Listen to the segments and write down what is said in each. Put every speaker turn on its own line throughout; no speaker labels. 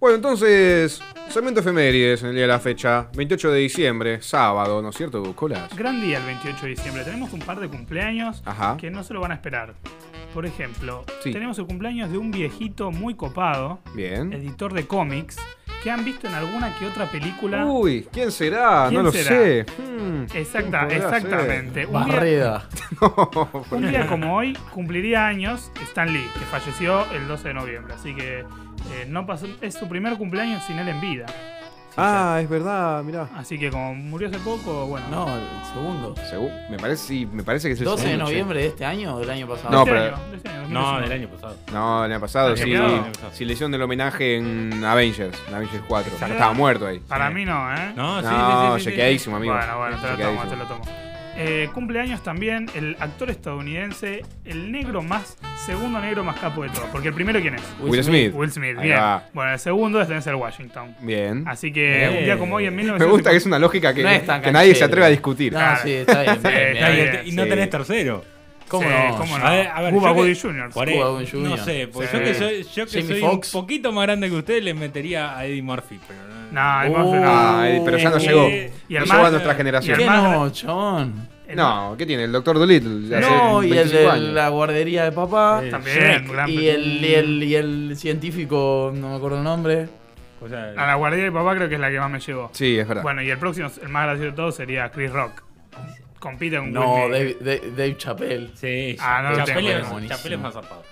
Bueno, entonces, Sarmiento Efemérides en el día de la fecha, 28 de diciembre, sábado, ¿no es cierto, Bucolas?
Gran día el 28 de diciembre. Tenemos un par de cumpleaños
Ajá.
que no se lo van a esperar. Por ejemplo,
Sí.
tenemos el cumpleaños de un viejito muy copado,
Bien.
editor de cómics, que han visto en alguna que otra película.
Uy, ¿quién será?
¿Quién
no lo
será?
sé. Hmm,
Exacta,
¿quién podrá
exactamente. Un día,
Barreda.
un día como hoy cumpliría años Stan Lee, que falleció el 12 de noviembre. Así que eh, no pasó, es su primer cumpleaños sin él en vida.
ser? Ah, es verdad, mirá.
Así que como murió hace poco, bueno.
No, el segundo.
Según- me, parece, sí, me parece que es el
12 de
segundo, che.
noviembre de este año o del año pasado.
No,
de este
pero-
año, de este año,
No,
2019.
del año pasado.
No, el año pasado,
El año
sí.
pasado.
El año pasado.
Sí, le hicieron el homenaje en Avengers, en Avengers 4. Ya estaba muerto ahí.
Para mí no, ¿eh?
No, sí,
No,
sí, sí, sí, sí.
chequeadísimo, amigo.
Bueno, bueno, te lo tomo,
Chequeadísimo.
te lo tomo. Eh, cumpleaños también el actor estadounidense, el negro más, segundo negro más capo de todos. Porque el primero, ¿quién es?
Will Smith.
Will Smith,
Ahí
bien.
va. Mm.
Bueno, el segundo es Denzel Washington.
Bien.
Así que
Bien.
un día como hoy en
Me
1950.
gusta que es una lógica que,
No es tan
que nadie se
canchero.
atreve a discutir.
No, sí, está bien.
Sí,
bien,
está
Y
bien.
el- Y no
Sí.
tenés tercero.
¿Cómo
Sí,
no?
cómo no.
A ver, a ver,
Cuba
yo que-
Gooding Jr.
Por
Cuba
ahí,
Gooding Jr..
No sé, porque
Sí.
yo que soy, yo que
Jimmy
soy
Fox.
un poquito más grande que ustedes, le metería a Eddie Murphy. Pero no.
No, el más-
Uh,
no.
Ay, pero ya no
Eh,
llegó.
eh,
y
no
el
llegó a
más-
nuestra
y
generación.
el
¿Qué
más-
no, chon?
el más-
No, ¿qué tiene? El Doctor Dolittle. hace
No, y el
25
de
años.
la guardería de papá.
Sí.
También,
Shrek.
gran-
Y el, y, el, y el científico, no me acuerdo el nombre.
o sea,
A la guardia de papá creo que es la que más me llevó.
Sí, es verdad.
Bueno, y el próximo, el más gracioso de todos sería Chris Rock. Compite con Will
No,
Smith.
Dave, Dave- Dave Chappelle.
sí,
Ah, no lo
Chapelle
tengo,
es-
era buenísimo.
Chapelle es más zarpado.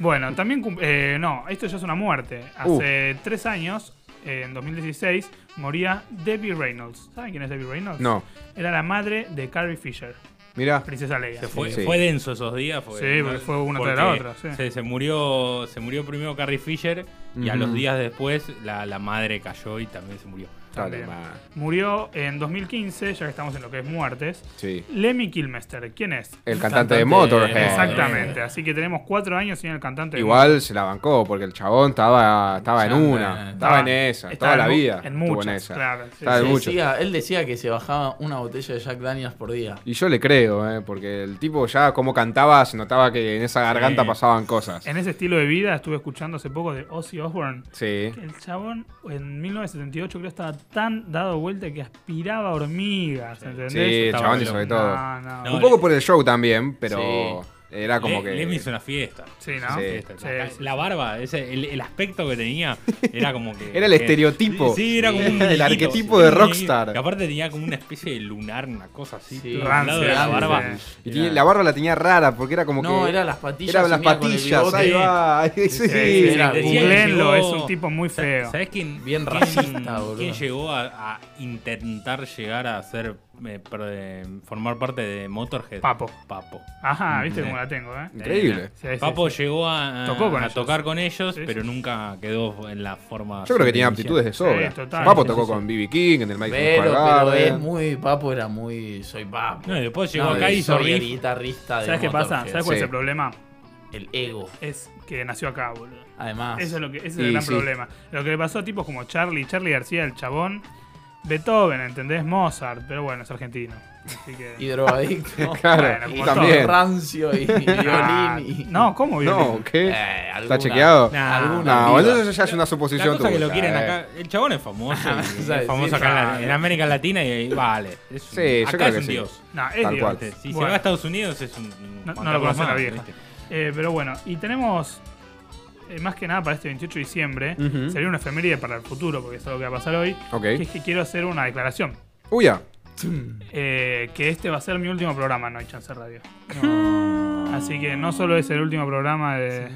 Bueno, también. cum- eh, no, esto ya es una muerte.
Uh.
Hace tres años, eh, en 2016, moría Debbie Reynolds. ¿Saben quién es Debbie Reynolds?
No,
Era la madre de Carrie Fisher,
mirá.
Princesa Leia.
Se fue,
Sí.
fue denso esos días. Fue,
Sí, porque fue una tras la otra, sí.
Se, se murió, se murió primero Carrie Fisher y a
Ujú.
los días después la, la madre cayó y también se murió.
Dale,
También.
ma.
Murió en 2015, ya que estamos en lo que es muertes.
Sí.
Lemmy Kilmester, ¿quién es?
El cantante de
cantante-
Motorhead.
Exactamente, así que tenemos cuatro años sin el cantante. de
Igual se la bancó porque el chabón estaba, estaba en
Chamba,
una,
eh.
estaba en esa,
estaba
toda la
en mu-
vida.
en
estuvo
muchas,
en esa.
claro, sí,
Estaba en
Se
muchas.
decía- él decía que se bajaba una botella de Jack Daniels por día.
Y yo le creo, eh, porque el tipo ya como cantaba se notaba que en esa garganta
Sí.
pasaban cosas.
En ese estilo de vida estuve escuchando hace poco de Ozzy Osbourne.
Sí.
que El chabón en 1978 creo estaba tan dado vuelta que aspiraba hormigas, ¿entendés?
Sí, el
Estaba
chabón
re
hizo
loco.
de todo.
No, no.
No,
Un poco por el show también, pero
Sí.
era como
Le-
que.
Lemmy hizo una fiesta.
Sí, ¿no?
Sí.
Fiesta.
Sí,
Eh, la,
sí.
la barba, ese, el, el aspecto que tenía era como que.
Era el
que-
estereotipo.
Sí, era como un.
El
muñequito,
arquetipo
sí,
de
un muñequito.
rockstar.
Que aparte tenía como una especie de lunar, una cosa así.
Sí.
todo al lado de la
Rancia,
barba.
sí.
Y tiene- la barba la tenía rara porque era como que.
No, eran las patillas.
eran las
y mira, con el
patillas,
bigote.
ahí va. ahí- Sí,
Sí, sí,
era-
sí.
decía que
Googleenlo, es
llegó-
un tipo muy feo.
¿Sabes quién?
Bien
quién-
racista, boludo.
¿Quién llegó a, a intentar llegar a ser. eh, per- eh, formar parte de Motorhead?
Papo.
Papo.
Ajá, viste cómo la tengo, ¿eh?
Increíble.
Sí, sí,
Papo
sí.
llegó a, a-
Tocó con
a
ellos.
tocar con ellos,
Sí, sí.
pero nunca quedó en la forma.
Yo creo que tenía
inicial.
aptitudes de sobra.
Sí, total.
Papo
Sí,
tocó
sí, sí.
con B.B. King en el Michael
Pero,
Square
pero
Garden.
es muy. Papo era muy. Soy papo.
No, y después llegó
No,
acá y hizo
soy el
riff.
guitarrista de
¿Sabes qué pasa?
Motorhead.
¿Sabes cuál es
Sí.
el problema?
El ego.
Es que nació acá, boludo.
Además.
Eso es lo que, ese es
Y
el gran
sí.
problema. Lo que le pasó a tipos como Charlie, Charlie García, el chabón, Beethoven, ¿entendés? Mozart, pero bueno, es argentino. Así que.
Y drogadicto.
Claro,
Bueno, como
también.
Rancio y, y
Ah,
violín. Y,
No, ¿cómo
No,
violín?
¿qué?
Eh, alguna-
¿Está chequeado?
Nah.
alguna
No,
viva.
entonces ya es una
La
suposición
cosa que
tuya,
lo quieren
eh.
acá. El chabón es famoso. y
O sea,
es famoso
sí,
acá en la- en,
claro.
América Latina y, y vale. Es un-
Sí, yo
acá
creo
es
que
un
sí.
dios. Este,
No, es
Tal cual.
Dios.
Si se
Bueno.
va a Estados Unidos es un.
No- no
matarlo
lo conoce
más,
la vieja.
¿viste?
Eh, pero bueno, y tenemos eh, más que nada para este 28 de diciembre,
Ujú.
sería una efeméride para el futuro, porque es algo que va a pasar hoy, que es
Ok.
que quiero hacer una declaración.
Uy, ah. ya.
Eh, que este va a ser mi último programa en No hay Chance Radio. Así que no solo es el último programa de...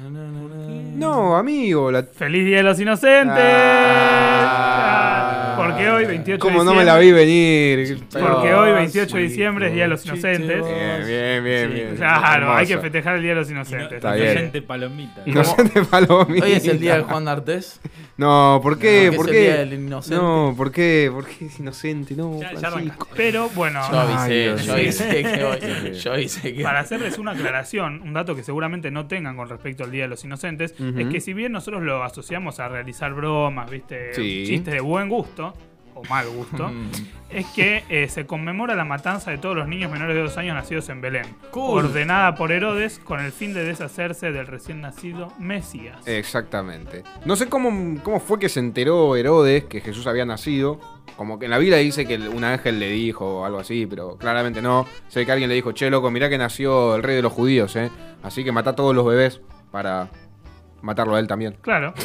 No, amigo, la...
¡Feliz Día de los Inocentes!
Ah.
Ah, porque hoy, 28 de
¿Cómo no
diciembre...
me la vi venir?
Porque
Pero-
hoy, 28 de diciembre, es Día de los Inocentes.
Bien, bien, bien,
Sí,
bien.
Claro, hay que
Hermoso.
festejar el Día de los
Y no-
Inocentes.
Está
Así
bien.
que-
Inocente palomita.
No se te palomita.
Hoy es el día de Juan D'Artés.
No, ¿por qué?
No, que
¿Por
es el día del
qué?
inocente.
No, ¿por qué? ¿Por qué es inocente? No,
Ya- ya
Francisco.
Pero bueno,
Yo
Ay,
avisé,
Dios
yo
mío.
avisé que hoy. Yo avisé que.
para hacerles una aclaración, un dato que seguramente no tengan con respecto al Día de los Inocentes,
Ujú.
es que si bien nosotros lo asociamos a realizar bromas, viste,
Sí.
chistes de buen gusto, o mal gusto, es que eh, se conmemora la matanza de todos los niños menores de dos años nacidos en Belén,
Cool.
ordenada por Herodes con el fin de deshacerse del recién nacido Mesías.
Eh. Exactamente. No sé cómo, cómo fue que se enteró Herodes que Jesús había nacido. Como que en la Biblia dice que un ángel le dijo o algo así, pero claramente no. Sé que alguien le dijo, che, loco, mirá que nació el rey de los judíos, ¿eh? Así que matá a todos los bebés para matarlo a él también.
Claro,